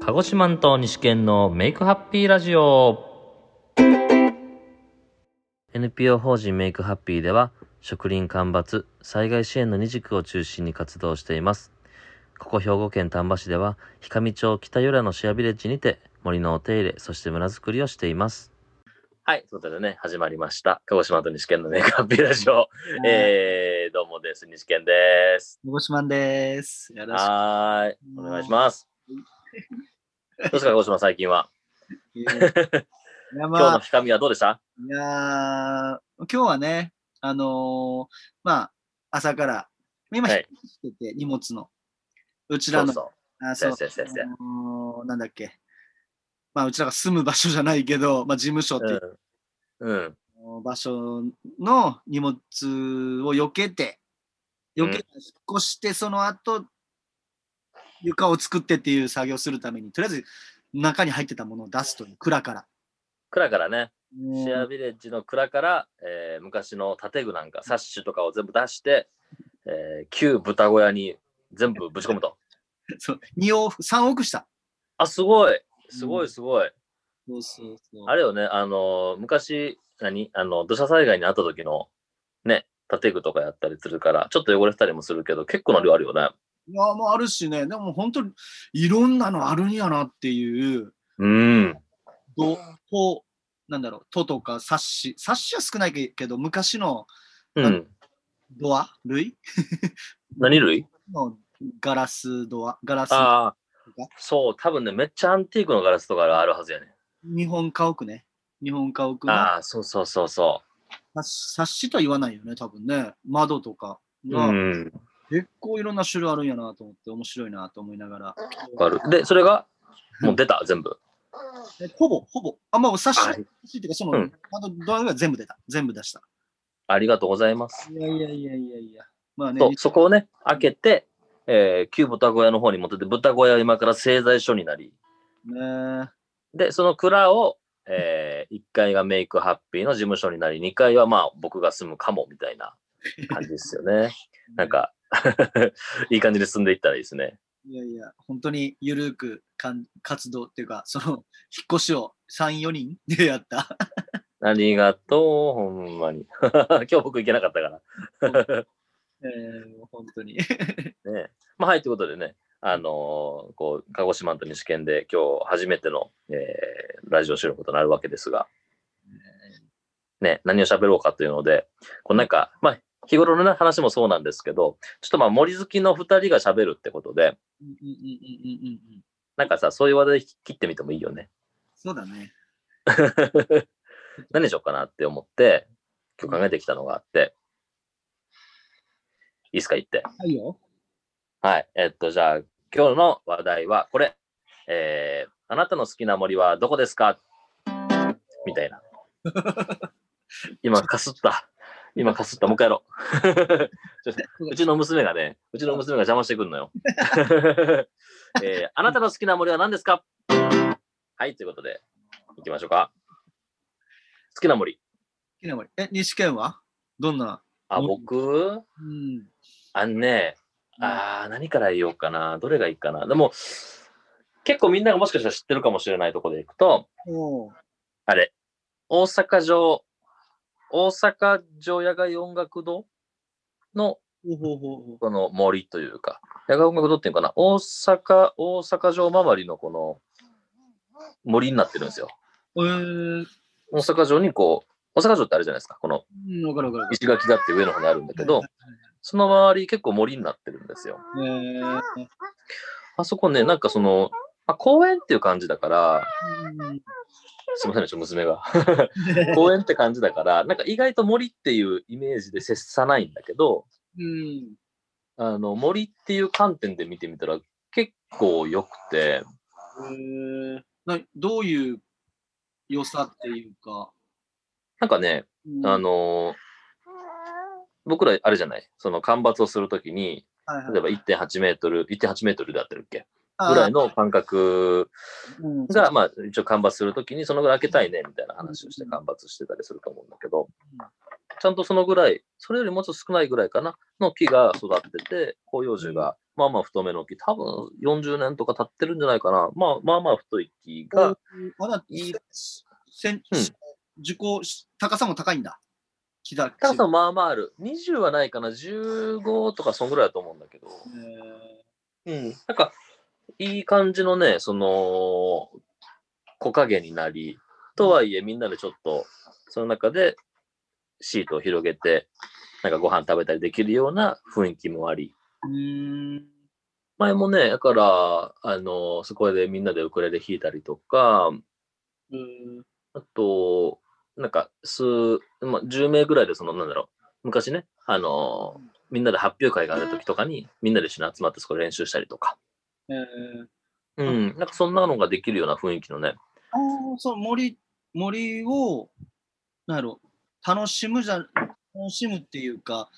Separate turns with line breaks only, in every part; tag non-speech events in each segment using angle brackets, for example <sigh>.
鹿児島と西県のメイクハッピーラジオ NPO 法人メイクハッピーでは植林干ばつ災害支援の二軸を中心に活動していますここ兵庫県丹波市では氷上町北浦のシェアビレッジにて森のお手入れそして村づくりをしていますはいということでね始まりました鹿児島と西県のメイクハッピーラジオ、
え
えー、どうもです西県です
ー、ゴシマンです。よろしく。
はーい。お願いします。どうですか、鹿児島、最近は。
<laughs> いや、ま
今日の
あ、
日みはどうでした
いやー今日はね、あのーまあ、朝から、今、
は
引
い
っ越してて、荷物の。うち
そ
ら
う
の、
そ
あ
う。
そう
先生、先生。
あのーなんだっけ。まあ、うちらが住む場所じゃないけど、まあ、事務所っていう
うん。うん。
場所の荷物を避けて、避けて引っ越して、その後、床を作ってっていう作業をするために、とりあえず中に入ってたものを出すという、蔵から。
蔵からね、
もう
シェアビレッジの蔵から、えー昔の建具なんか、サッシュとかを全部出して、えー旧豚小屋に全部ぶち込
<laughs>
むと。
そう2往復、3往復した。
あ、すごいすごいすごい。
そうそうそう
あれよね、あのー、昔、何あの、土砂災害にあった時の、ね、建具とかやったりするから、ちょっと汚れたりもするけど、結構な量あるよね。
いや、もうあるしね、でも本当にいろんなのあるんやなっていう、
うん。
どこう、なんだろう、ととかサッシ、サッシは少ないけど、昔の
うん。
ドア類
何類
のガラスドア、ガラス、
あ
と
あ。そう、多分ね、めっちゃアンティークのガラスとかあるはずやね。
日本家屋ね。日本家屋のサ
ああ、そうそうそうそ
ッシサッシとは言わないよね、多分ね。窓とか
う。
が、
うん。
結構いろんな種類あるんやなと思って、面白いなと思いながら。
わかる。で、それが、もう出た、全部。
でほぼ、ほぼ、あ、まあ、サッシ、
は
サ
い
ッシっていうか、そうの
ん、
窓ドアが全部出た。全部出した。
ありがとうございます。
いやいやいやいやいや。まあね、
そう、そこをね、開けて、えー旧豚小屋の方に持ってって、豚小屋は今から製材所になり、
ね
で、その蔵を、え1階がメイクハッピーの事務所になり、2階はまあ僕が住むかもみたいな感じですよね。なん。か、 <laughs> いい感じで進んでいったらいいですね。
いやいや、本当にゆるくかん活動っていうか、その、引っ越しを3、4人でや
<laughs>
った。
ありがとう、ほんまに。 <laughs> 今日僕行けなかったから。
えー、本当に。
ね、まあ、はい、ということでね、あのーこう、鹿児島と西県で今日初めての、えーラジオ収録となるわけですが、ね、何を喋ろうかというので、こうなんか、まあ、日頃の、ね、話もそうなんですけど、ちょっとまあ、森好きの2人が喋るってことで、
うんうんうんうんうんうん。
なんかさ、そういう話題切ってみてもいいよね。 <laughs>
そうだね。
何しようかなって思って、今日考えてきたのがあって、いいっすか、言って。
はいよ。
はい。えっと、じゃあ、今日の話題はこれ。えー、あなたの好きな森はどこですかみたいな。今、かすった。今、かすった。もう一回やろう。 <laughs> うちの娘がね、うちの娘が邪魔してくるのよ。えー、あなたの好きな森は何ですかはい、ということで、行きましょうか。好きな森。
好きな森え、西県はどんな
あ、
森
僕
うん。
あのね、あー、何から言おうかな。どれがいいかな。でも、結構みんながもしかしたら知ってるかもしれないところでいくと、
おう
あれ、大阪城、大阪城野外音楽堂の
ほうほうほうほう。
この森というか、野外音楽堂っていうのかな、大阪、大阪城周りのこの森になってるんですよ。
えー、
大阪城にこう、大阪城ってあるじゃないですか、この
うん、わかるわかる。
石垣があって上の方にあるんだけど、その周り結構森になってるんですよ。
えー、
あそこね、なんかその、あ、公園っていう感じだから、
うん
すみません、ちょっと娘
<laughs>
が。公園って感じだから、なんか意外と森っていうイメージで接さないんだけど、
うん。
あの、森っていう観点で見てみたら結構良くて、
えー、などういう良さっていうか。
なんかね、
うん
あ、のー僕らあれじゃない、その間伐をするときに、
はいはい
例えば1.8メートル、1.8メートルであってるっけ
あー
ぐらいの間隔
うん
が、まあ、一応間伐するときに、そのぐらい開けたいね、みたいな話をして間伐してたりすると思うんだけど、ちゃんとそのぐらい、それよりもうちょっと少ないぐらいかな、の木が育ってて、広葉樹が、まあまあ太めの木、多分40年とか経ってるんじゃないかな。まあまあまあ太い木が、
まだ、
いい
せん
うん
樹高、高さも高いんだ。木だ
高さまあまあある。20はないかな、15とかそんぐらいだと思うんだけど。
えー
うん、なんか、いい感じのね、その、木陰になり、とはいえみんなでちょっと、その中でシートを広げて、なんかご飯食べたりできるような雰囲気もあり。
うーん。
前もね、だから、あの、そこでみんなでウクレレ弾いたりとか、
うん
あと、なんか、数、まあ、10名ぐらいで、その、なんだろう、昔ね、あの、みんなで発表会がある時とかに、みんなで一緒に集まってそこで練習したりとか。
えー、
うん、なんかそんなのができるような雰囲気のね、
ああ、そう、森、森を、なんやろ、楽しむじゃ、楽しむっていうか、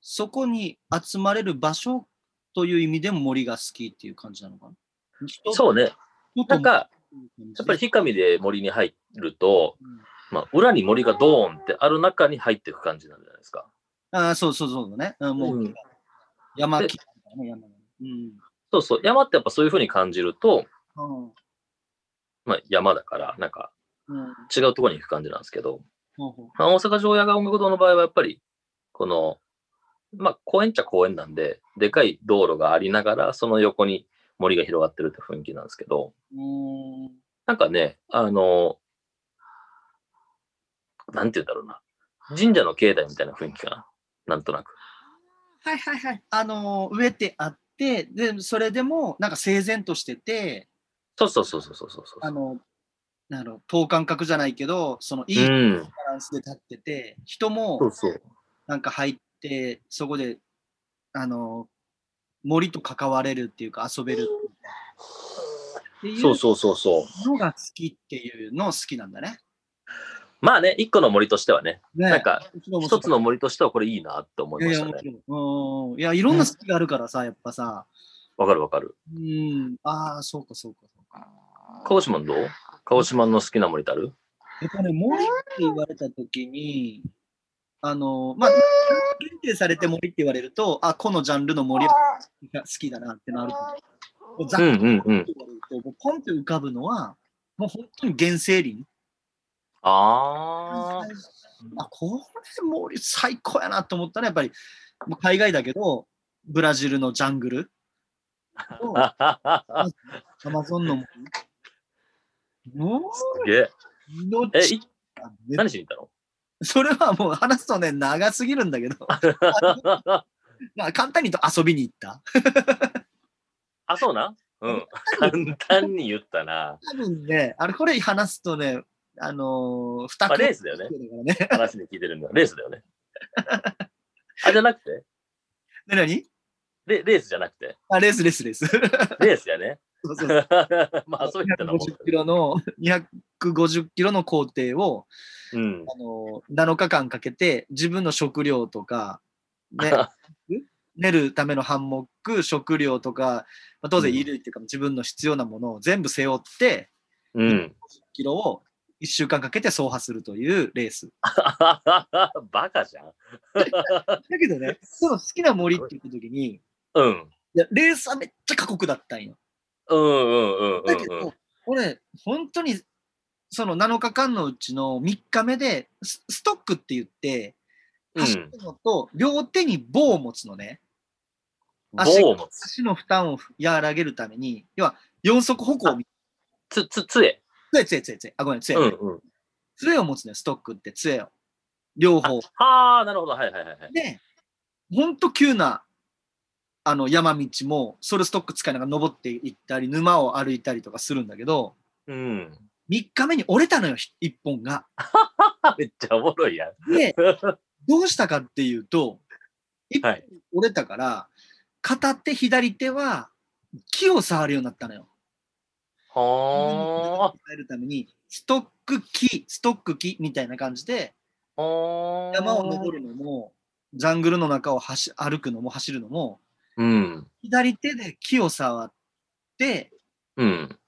そこに集まれる場所という意味でも森が好きっていう感じなのかな。人
そうね。
人と
なんか、やっぱり
り、
ひかみで森に入ると、
うん
まあ、裏に森がドーンってある中に入っていく感じなんじゃないですか。
ああ、そうそうそうだね。うん、もう、
うん
山木、ね、山がね。うん。
そうそう、山ってやっぱそういう風に感じると、
うん
まあ、山だから、なんか
うん。
違うところに行く感じなんですけど、
ほうほう
まあ、大阪城野が音楽堂の場合はやっぱり、この、まあ、公園っちゃ公園なんで、でかい道路がありながら、その横に森が広がってるって雰囲気なんですけど、
うーん。
なんかね、あの、なんて言うんだろうな。神社の境内みたいな雰囲気かな。なんとなく。
はいはいはい。あのー、植えてあって、で、それでも、なんか整然としてて、
そうそうそうそうそうそうそう。
あの、なんだろう等間隔じゃないけど、そのいいバ
うん。
ランスで立ってて、人
そう
も
そう。
なんか入って、そこで、あの、森と関われるっていうか、遊べるっていう
そうそうそうそう。
のが好きっていうのを好きなんだね。
まあね、一個の森としてはね、
ね
なんか
面白い面白
一つの森としてはこれいいなって思い
い
ま
い
し
や
た
いや面
ね。
白いうんいや、いろんな好きがあるからさ、やっぱさ。
わかるわかる。
うん、ああ、そうかそうかそうか。
鹿児島のどう鹿児島の好きな森ってある
やっぱね、森って言われたときに、あの、まあ、限定されて森って言われると、あ、このジャンルの森が好きだなってなると思う。ざ
う
っ
ん
く
うんうん
り。言われると、もうポンって浮かぶのは、もう本当に原生林。
あ
あ、これ森最高やなと思ったら、やっぱり、もう海外だけど、ブラジルのジャングルと、ア
あ。
マゾンの森。
<laughs>
も
すげえ。
う、の
え、
ち
い何しに行っ
それはもう話すとね、長すぎるんだけど。
たの <laughs>
まあ、簡単に言うと遊びに行った。
あ、そうな。うん。簡単に言ったな。
多分ね、あれ、これ話すとね、あのー、二
まあ、
組
レースだよね。
だからね。
話で聞いてるんだ。レースだよね。あ、じゃなくて
で、 <laughs> 何
レレースじゃなくて
あ、レースレースレース。そ
レースやね。 <laughs>
うそうそう
ま <laughs> あ、そういったのも。
250キロの、250キロの工程を、
うん。
あのー、7日間かけて、自分の食料とか、
<laughs>
<laughs> ね、寝るためのハンモック、食料とか、まあ、当然衣類っていうか、自分の必要なものを全部背負って、
うん。
キロを1週間かけて走破するというレース。
<laughs> バカじゃん。
だけど
<laughs>
ね、その好きな森って言った時に、
うん。
いや、レースはめっちゃ過酷だったんよ。
うんうんうんう
だけど、
ん
俺、本当に、その7日間のうちの3日目で、スストックって言って、
う
走
ん
る。のと、両手に棒を持つのね、足
棒を持つ。
足の負担を和らげるために、要は、四足歩行み
つ、つ、杖。
たいな。杖、杖、杖、杖。あ、ごめん、杖。
うんうん。
杖を持つのよ、ストックって、杖を。両方。
はあ、なるほど。はいはいはいはい。
で、ほんと急な、あの、山道も、ソルストック使いながら登っていったり、沼を歩いたりとかするんだけど、
うん。 <laughs>
3日目に折れたのよ、ひ一本が。
めっちゃおもろいやん。
で、どうしたかっていうと、一
はい
本折れたから、片手、左手は木を触るようになったのよ。
は
鍛えるために、ストック木、ストック木みたいな感じで、
あ。はあ。
山を登るのも、ジャングルの中を走歩くのも走るのも、
うん。
左手で木を触って、
うん。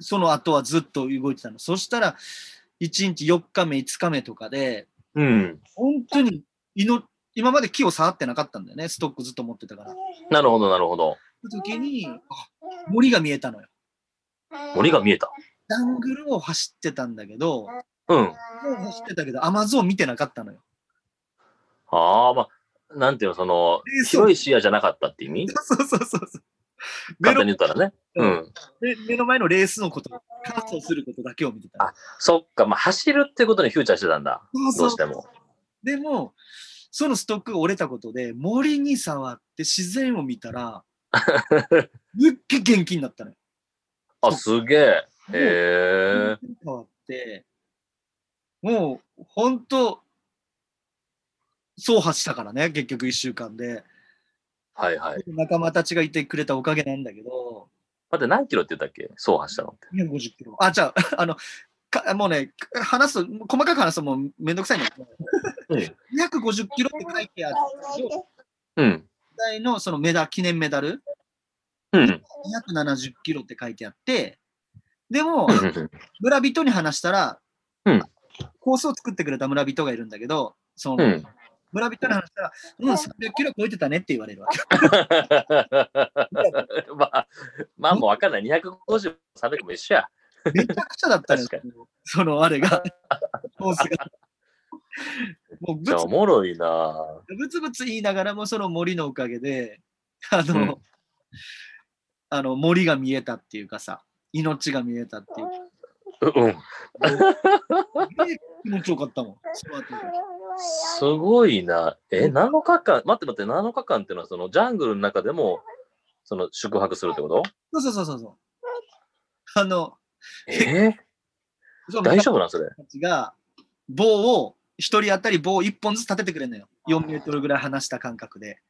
その後はずっと動いてたの。そしたら、1日4日目、5日目とかで、
うん。
本当に命今まで木を触ってなかったんだよね、ストックずっと持ってたから。
なるほど、なるほど。
時に、あ森が見えたのよ。
森が見えた。
ジャングルを走ってたんだけど、
うん。
走ってたけど、甘ゾーン見てなかったのよ。
ああ、まあ、なんていうの、その、
冷蔵庫
広い視野じゃなかったって意味
そうそうそうそう。目
簡
の
単に言ったらね。うん。
目目の前のレースのこと、完走することだけを見てたの。
あそっか、まあ、走るってことにフューチャーしてたんだ。
そう
どうしても。
でも、そのストックが折れたことで、森に触って自然を見
<laughs>
たら、すっげえ元気になったのよ。
あ、すげえ。へえ。
変わって、もう本当、走破したからね、結局1週間で。
はいはい。待
仲間たちがいてくれたおかげなんだけど、
って、何キロって言ったっけ走破したのって。
250キロ。あ、じゃあ、 <laughs> あの、かもうね、話すと、細かく話すともうめんどくさいんだけど、250キロって書いてある
うん。
台のそのメダ記念メダル、
うん。
270キロって書いてあって、でも
う、ん。
村人に話したら、
うん
コースを作ってくれた村人がいるんだけど、その、
うん。 <laughs>
村人に話したら、うん、300キロ超えてたねって言われるわけ。
まあ、まあもうわかんない。250、300も一緒や。
めちゃくちゃだったのよ
確
そのあれが、コースが。
<laughs>
もうぶ
じゃあ
つ
おもろいな
ぶつぶつ言いながらも、その森のおかげで、あの、
うん
あの森が見えたっていうかさ、命が見えたっていう
<laughs>
か。
うん。
すげえ気持ちよかったもん。その後
すごいな。え、7日間、待って待って、7日間ってのは、そのジャングルの中でも、その宿泊するってこと
そうそうそうそう。あの、
え
そ
ー、
う
大丈夫なんそれ。
たちが棒を一人当たり棒を一本ずつ立ててくれるのよ4メートルぐらい離した間隔で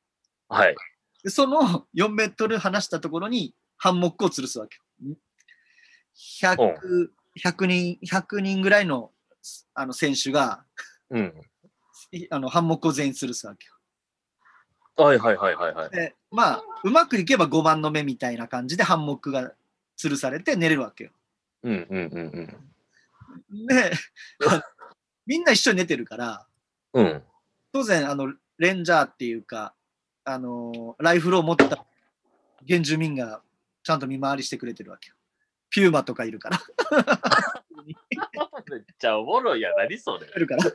はい。
でその4メートル離したところにハンモックを吊るすわけ 100, 100人100人ぐらいのあの選手が
うん。
いあのハンモックを全員吊るすわけよ
はいはいはいはいはい。
でまあうまくいけば5番の目みたいな感じでハンモックが吊るされて寝れるわけよ
うんうんうん
で <laughs> みんな一緒に寝てるから
うん。うん。
当然あのレンジャーっていうか、あのーライフルを持った原住民がちゃんと見回りしてくれてるわけよ。ピューマとかいるから。
<laughs> めっちゃおもろいや、何それ。
いるから。い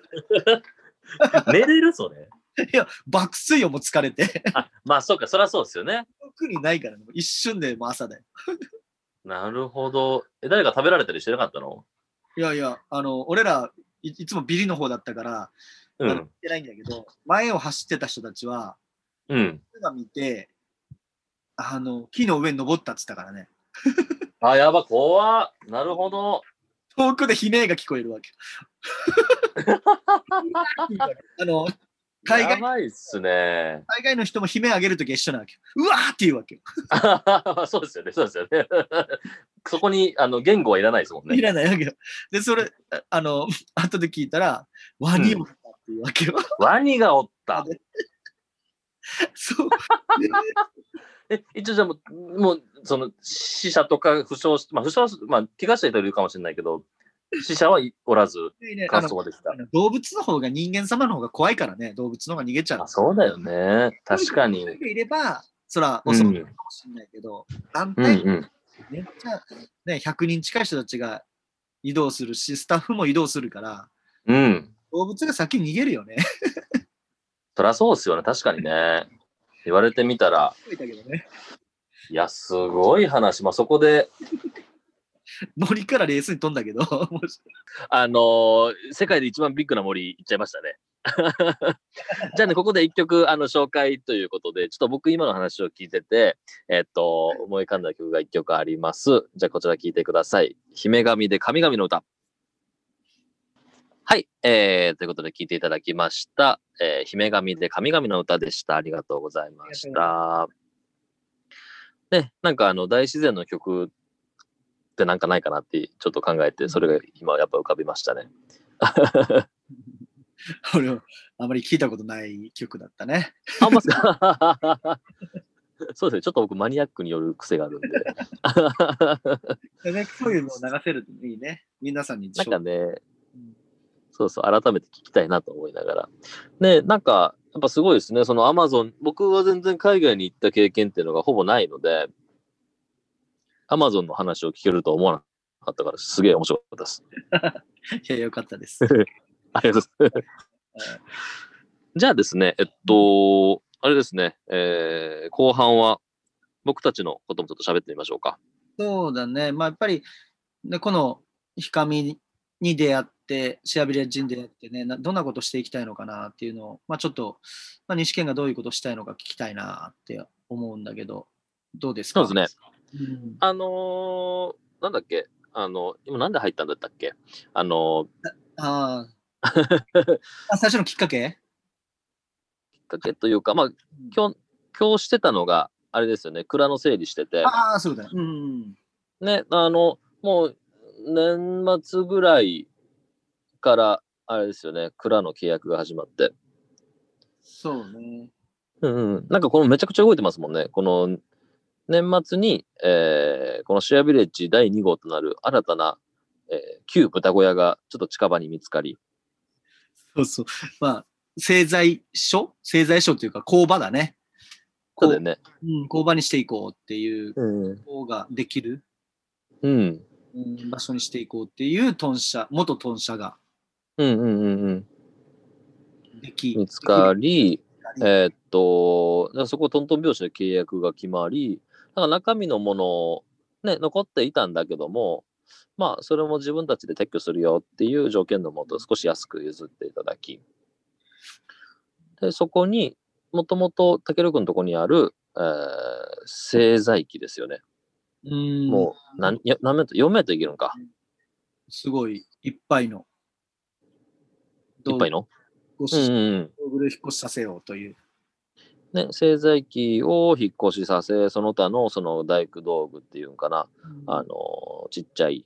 寝れるそれ。
や、爆睡よ、もう疲れて。
あ、まあそうか、そりゃそうですよね。
特にないからね。一瞬でもう朝だよ。
なるほど。え、誰か食べられたりしてなかったの
いやいや、あの、俺らい、いつもビリの方だったから、
う
あの行っ
ん。
てないんだけど、前を走ってた人たちは、
うん。
俺が見て、あの、木の上に登ったっつったからね。
あ、やば、怖っなるほど。
遠くで悲鳴が聞こえるわ
<laughs>
け。あの、海
や
外
ばいっすね。 <laughs>
海外の人も悲鳴上げるときは一緒なわけよ。うわーって言うわけよ。
あそうですよね、そうですよね。 <laughs> そこにあの言語はいらないですもん
い
ね。
らないわけよ。で、それ、ああの、後で聞いたら、ワニオンだっていうわけよ。 <laughs>
ワニがおった。
そう。
え一応じゃあもう、もうその死者とか負傷し、まあ、負傷し、まあ、怪我した人いるかもしれないけど、死者はいおらず、
でねあ
完
の
走はできた
あ。の動物の方が人間様の方が怖いからね、動物の方が逃げちゃう
あ。そうだよね。確かに。
人がいれば、そら、
うん
襲うかもしれないけど、団
うん
体、
うん。
めっちゃ、ね、100人近い人たちが移動するし、スタッフも移動するから、
うん。
動物が先に逃げるよね。 <laughs>
そりゃそうですよね。確かにね。言われてみたら、
だけどね
いや、すごい話。まあ、そこで、
森からレースに飛んだけど、 <laughs> もう
あのー世界で一番ビッグな森行っちゃいましたね。じゃあね、ここで一曲、あの、紹介ということで、ちょっと僕今の話を聞いてて、えっと、思い浮かんだ曲が一曲あります。じゃあこちら聞いてください。姫神で神々の歌。はい、えー、ということで聞いていただきました。えー姫神で神々の歌でした。ありがとうございました。ね、なんかあの、大自然の曲ってなんかないかなって、ちょっと考えて、それが今やっぱ浮かびましたね。
俺はあまり聞いたことない曲だったね。
あんまっすかそうですね。ちょっと僕マニアックによる癖があるんで。
そういうのを流せるといいね。皆さんに
なんかね、そうそう、改めて聞きたいなと思いながら。で、なんか、やっぱすごいですね、そのアマゾン、僕は全然海外に行った経験っていうのがほぼないので、アマゾンの話を聞けるとは思わなかったから、すげえ面白かったです。
<laughs> いや、よかったです。
ありがとうございます。じゃあですね、えっと、あれですね、えー後半は僕たちのこともちょっと喋ってみましょうか。
そうだね。まあ、やっぱり、ね、このひかみに出会って、シェアビレッジに出会ってね、などんなことしていきたいのかなっていうのを、まあ、ちょっと、まあ、西県がどういうことしたいのか聞きたいなって思うんだけど、どうですか
そうです
ね。うん、
あのーなんだっけ、あの、今なんで入ったんだったっけあの
あ
ー <laughs>
ーあ、最初のきっかけ
きっかけというか、まあ、今日、今日してたのが、あれですよね、蔵の整理してて、
ああ、そうだね。うん。
ね、あの、もう、年末ぐらいから、あれですよね、蔵の契約が始まって、
そうね。
うんうん、なんかこのめちゃくちゃ動いてますもんね。この年末に、えーこのシェアビレッジ第2号となる新たな、えー旧豚小屋がちょっと近場に見つかり、
そうそう。まあ、製材所製材所というか、工場だね。
そうだよね。
うん、工場にしていこうっていう、
うん。
工ができる
うん。
うん場所にしていこうっていう豚舎、元豚舎が
うんうんうんうん。
でき
見つか
で
り、
きる
えーっと、だからそこトントン拍子で契約が決まり、だから中身のものを、ね、残っていたんだけども、まあ、それも自分たちで撤去するよっていう条件のもと、少し安く譲っていただき、でそこにもともと武尊君のとこにある、えー製材機ですよね。
うん、も
もう何、や何メートル ?4 メートルいけるのか。
うすごいいっぱいの
いっぱいのうんう
道具を
ん
引っ
うん。
越しさせようという。
ね、製材機を引っ越しさせ、その他のその大工道具っていうんかな、あの、ちっちゃい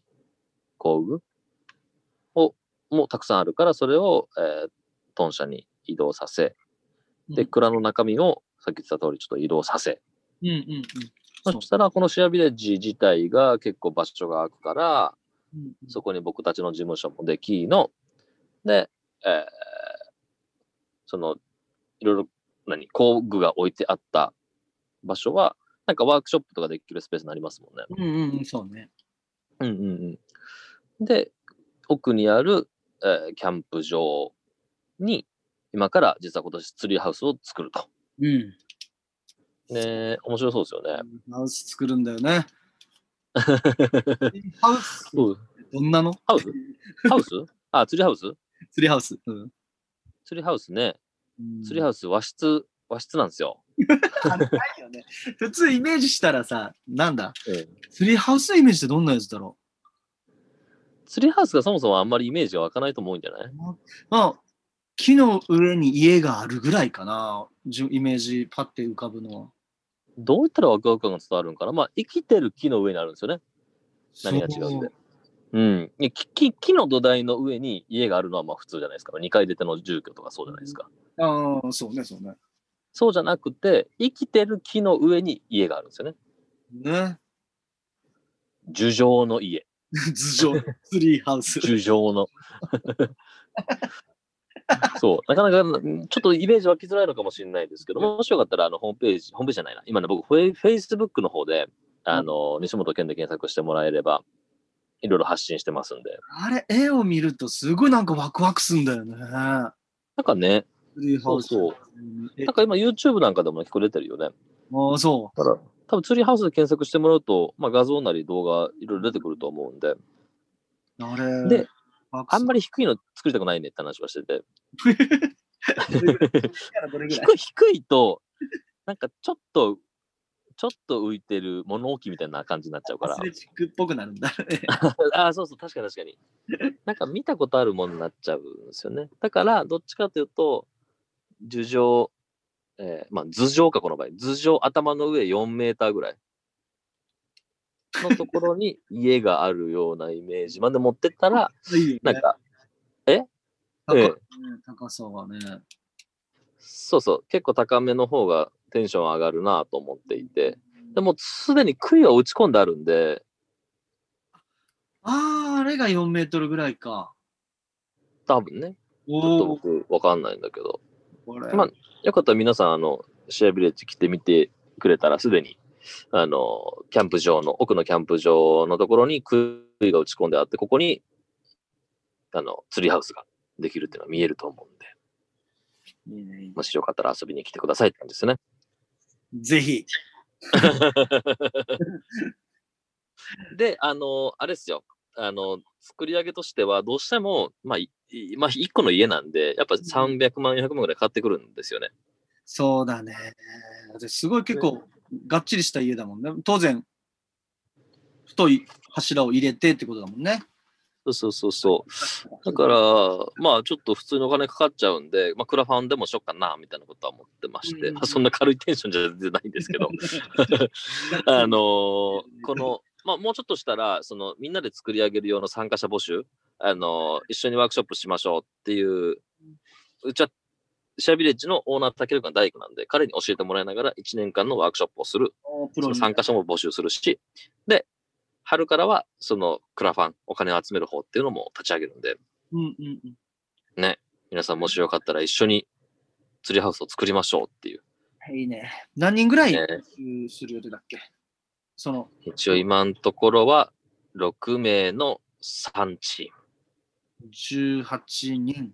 工具を、もうたくさんあるから、それを、えー、豚舎に移動させ、で、
うん
蔵の中身を、さっき言ってた通り、ちょっと移動させ。
うんうんうんそう
そしたら、このシェアビレッジ自体が結構場所が空くから、
うんうん
そこに僕たちの事務所もできの、で、えーその、いろいろ、何、工具が置いてあった場所は、なんかワークショップとかできるスペースになりますもんね。
うんうんうん、そうね。
うんうんうん。で、奥にある、えーキャンプ場に、今から実は今年ツリーハウスを作ると。
うん。
ねえ面白そうですよね。
ハウス作るんだ
<laughs>
よね。ハウスって
そう
どんなの
ハウスハウスあ、ツリーハウス
ツリーハウス。うん
ツリーハウスね。
うん
ツリーハウス和室、和室なんですよ。
簡単よね。普通イメージしたらさ、なんだ
うん
ツリーハウスのイメージってどんなやつだろ
ツリーハウスがそもそもあんまりイメージが湧かないと思うんじゃないう
まあ、木の上に家があるぐらいかな、じゅイメージパッて浮かぶのは。
どういったらワクワク感が伝わるんかなまあ、生きてる木の上にあるんですよね。何が違うんで。うん、いや木木木の土台の上に家があるのはまあ普通じゃないですか。2階建ての住居とかそうじゃないですか。
そうああ、そうね、そうね。
そうじゃなくて、生きてる木の上に家があるんですよね。
ね。 <laughs>
樹上の家。
頭上、ツリーハ
<laughs>
ウス。
樹上の。そう、なかなか、うんちょっとイメージ湧きづらいのかもしれないですけど、もしよかったら、あの、ホームページ、ホームページじゃないな。今ね、僕、フェイフェイスブックの方で、あの、西本健で検索してもらえれば、いろいろ発信してますんで。
あれ、絵を見るとすごいなんかワクワクすんだよね。
なんかね、
ツリーハウス。
そうそ
うんえ
なんか今 YouTube なんかでも結構出てるよね。
ああ、そ
ただ、多分ツリーハウスで検索してもらうと、まあ画像なり動画いろいろ出てくると思うんで、
う。あれ、
で
ワ
あ
クワ
ん
ク <laughs>
まり低いの作りたくないねって話はしてて、
する、どれぐらい
低い低いと、なんかちょっと、ちょっと浮いてる物置みたいな感じになっちゃうか
ア
ら
ス。レチックっぽくなるんだ <laughs> ね。
ああ、そうそう、確かに確かに。なんか見たことあるものになっちゃうんですよね。だから、どっちかというと、頭上、えーまあ頭上か、この場合。頭上、頭の上4メーターぐらい。のところに家があるようなイメージまで持ってったら、
いいよ <laughs> ね。
なんか、
高
ええ
高さはね。
そうそう、結構高めの方がテンション上がるなと思っていて、でもうすでに杭は打ち込んであるんで、
ああ、あれが4メートルぐらいか。
多分ね。ちょっと
おお、
僕、わかんないんだけど。
これ。
まあよかったら皆さん、あの、シェアビレッジ来てみてくれたら、すでに、あの、キャンプ場の、奥のキャンプ場のところに杭が打ち込んであって、ここに、あの、ツリーハウスができるっていうのは見えると思うんで、
いいねいいね
もしよかったら遊びに来てくださいって感じですね。
ぜひ。
で、あの、あれですよ。あの、作り上げとしては、どうしても、まあ、いいまあ、1個の家なんで、やっぱ300万、400万ぐらいかかってくるんですよね。
そうだね。すごい結構、がっちりした家だもんね。当然、太い柱を入れてってことだもんね。
そうそうそうそう。だから、まあ、ちょっと普通のお金かかっちゃうんで、まあ、クラファンでもしよっかな、みたいなことは思ってまして、
うん
まあ <laughs> そんな軽いテンションじゃ全然ないんですけど、
<laughs>
あのーこの、まあ、もうちょっとしたら、その、みんなで作り上げる用の参加者募集、あのー一緒にワークショップしましょうっていう、うちは、シェアビレッジのオーナー、竹内君大工なんで、彼に教えてもらいながら1年間のワークショップをするそ
プロ
の
に
参加者も募集するし、で、春からはそのクラファン、お金を集める方っていうのも立ち上げるんで、
うんうんうん。
皆さんもしよかったら一緒にツリーハウスを作りましょうっていう。
いいね。何人ぐらい
ね
募集する予定だっけその、
一応今のところは6名の3チ
18人。
ーム。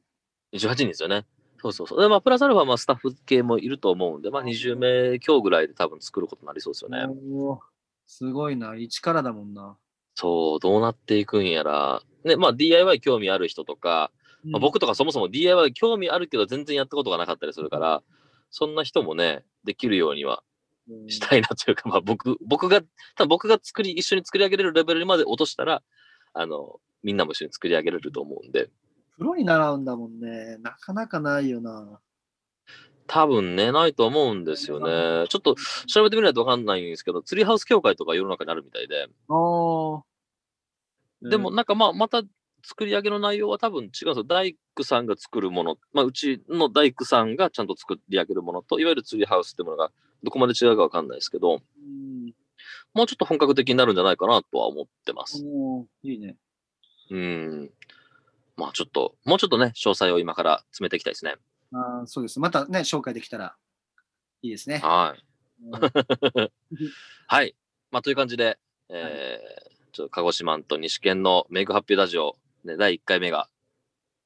18人ですよね。そうそうそう。で、まあ、プラスアルファ、まあ、スタッフ系もいると思うんで、まあ、20名強ぐらいで多分作ることになりそうですよね。
おーすごいな。一からだもんな。
そう、どうなっていくんやら。ね、まあ、DIY 興味ある人とか、まあ、僕とかそもそも DIY 興味あるけど全然やったことがなかったりするから、そんな人もね、できるようには
うん
したいなというか、まあ僕、僕が、多分僕が作り、一緒に作り上げれるレベルまで落としたら、あの、みんなも一緒に作り上げれると思うんで、
プロに習うんだもんね。なかなかないよな。
多分ね、ないと思うんですよね。ちょっと調べてみないとわかんないんですけど、ツリーハウス協会とか世の中にあるみたいで、
ああ。
でもなんかまあ、また作り上げの内容は多分違うんですよ。大工さんが作るもの、まあうちの大工さんがちゃんと作り上げるものと、いわゆるツリーハウスってものがどこまで違うかわかんないですけど、
うん、
もうちょっと本格的になるんじゃないかなとは思ってます。
おーいいね。
うん。まあちょっと、もうちょっとね、詳細を今から詰めていきたいですね。
あーそうです。またね、紹介できたらいいですね。
はい。
うん
はい。まあという感じで、えー、ちょっと鹿児島と西県のメイク発表ラジオ、ね、第1回目が、 <laughs>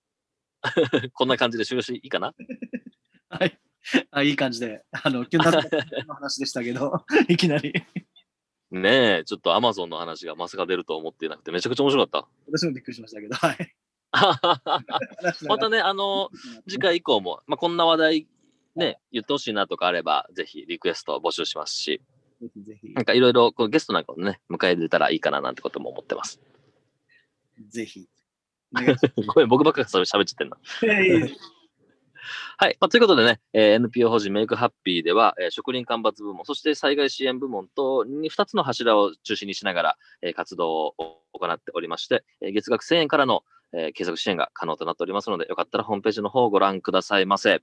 こんな感じで終了していいかな
はい。あいい感じで、あの、キュンタスの話でした
<laughs>
けど、いきなり。
ねえ、ちょっとアマゾンの話がまさか出ると思ってなくて、めちゃくちゃ面白かっ
私もびっくりしましたけど、はい。
た。 <laughs>
話しな
ま
がら
たね、あの、次回以降も、まあ、こんな話題、ね、言ってほしいなとかあれば、ぜひリクエストを募集しますし、
ぜひぜひ
なんかいろいろこうゲストなんかをね、迎え入れたらいいかななんてことも思ってます。
ぜひ。お願いし
ごめん、僕ばっかり喋っちゃってんな。
ますいやいやいや
はい。まあ、ということでね、えー NPO 法人メイクハッピーでは、えー職人間伐部門、そして災害支援部門とに2つの柱を中心にしながら、えー活動を行っておりまして、えー月額1000円からの、えー継続支援が可能となっておりますので、よかったらホームページの方をご覧くださいませ。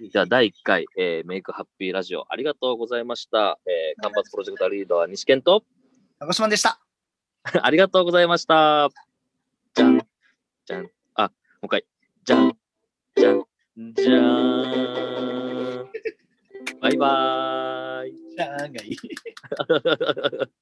では、第1回、えーメイクハッピーラジオありがとうございました。えー、間伐プロジェクトリーダーは西健と、
鹿児島でした。
<laughs> ありがとうございました。じゃん、じゃん、あ、もう一回、じゃん、じゃん、じゃーん。バイバーイ。
じゃあ、がいい。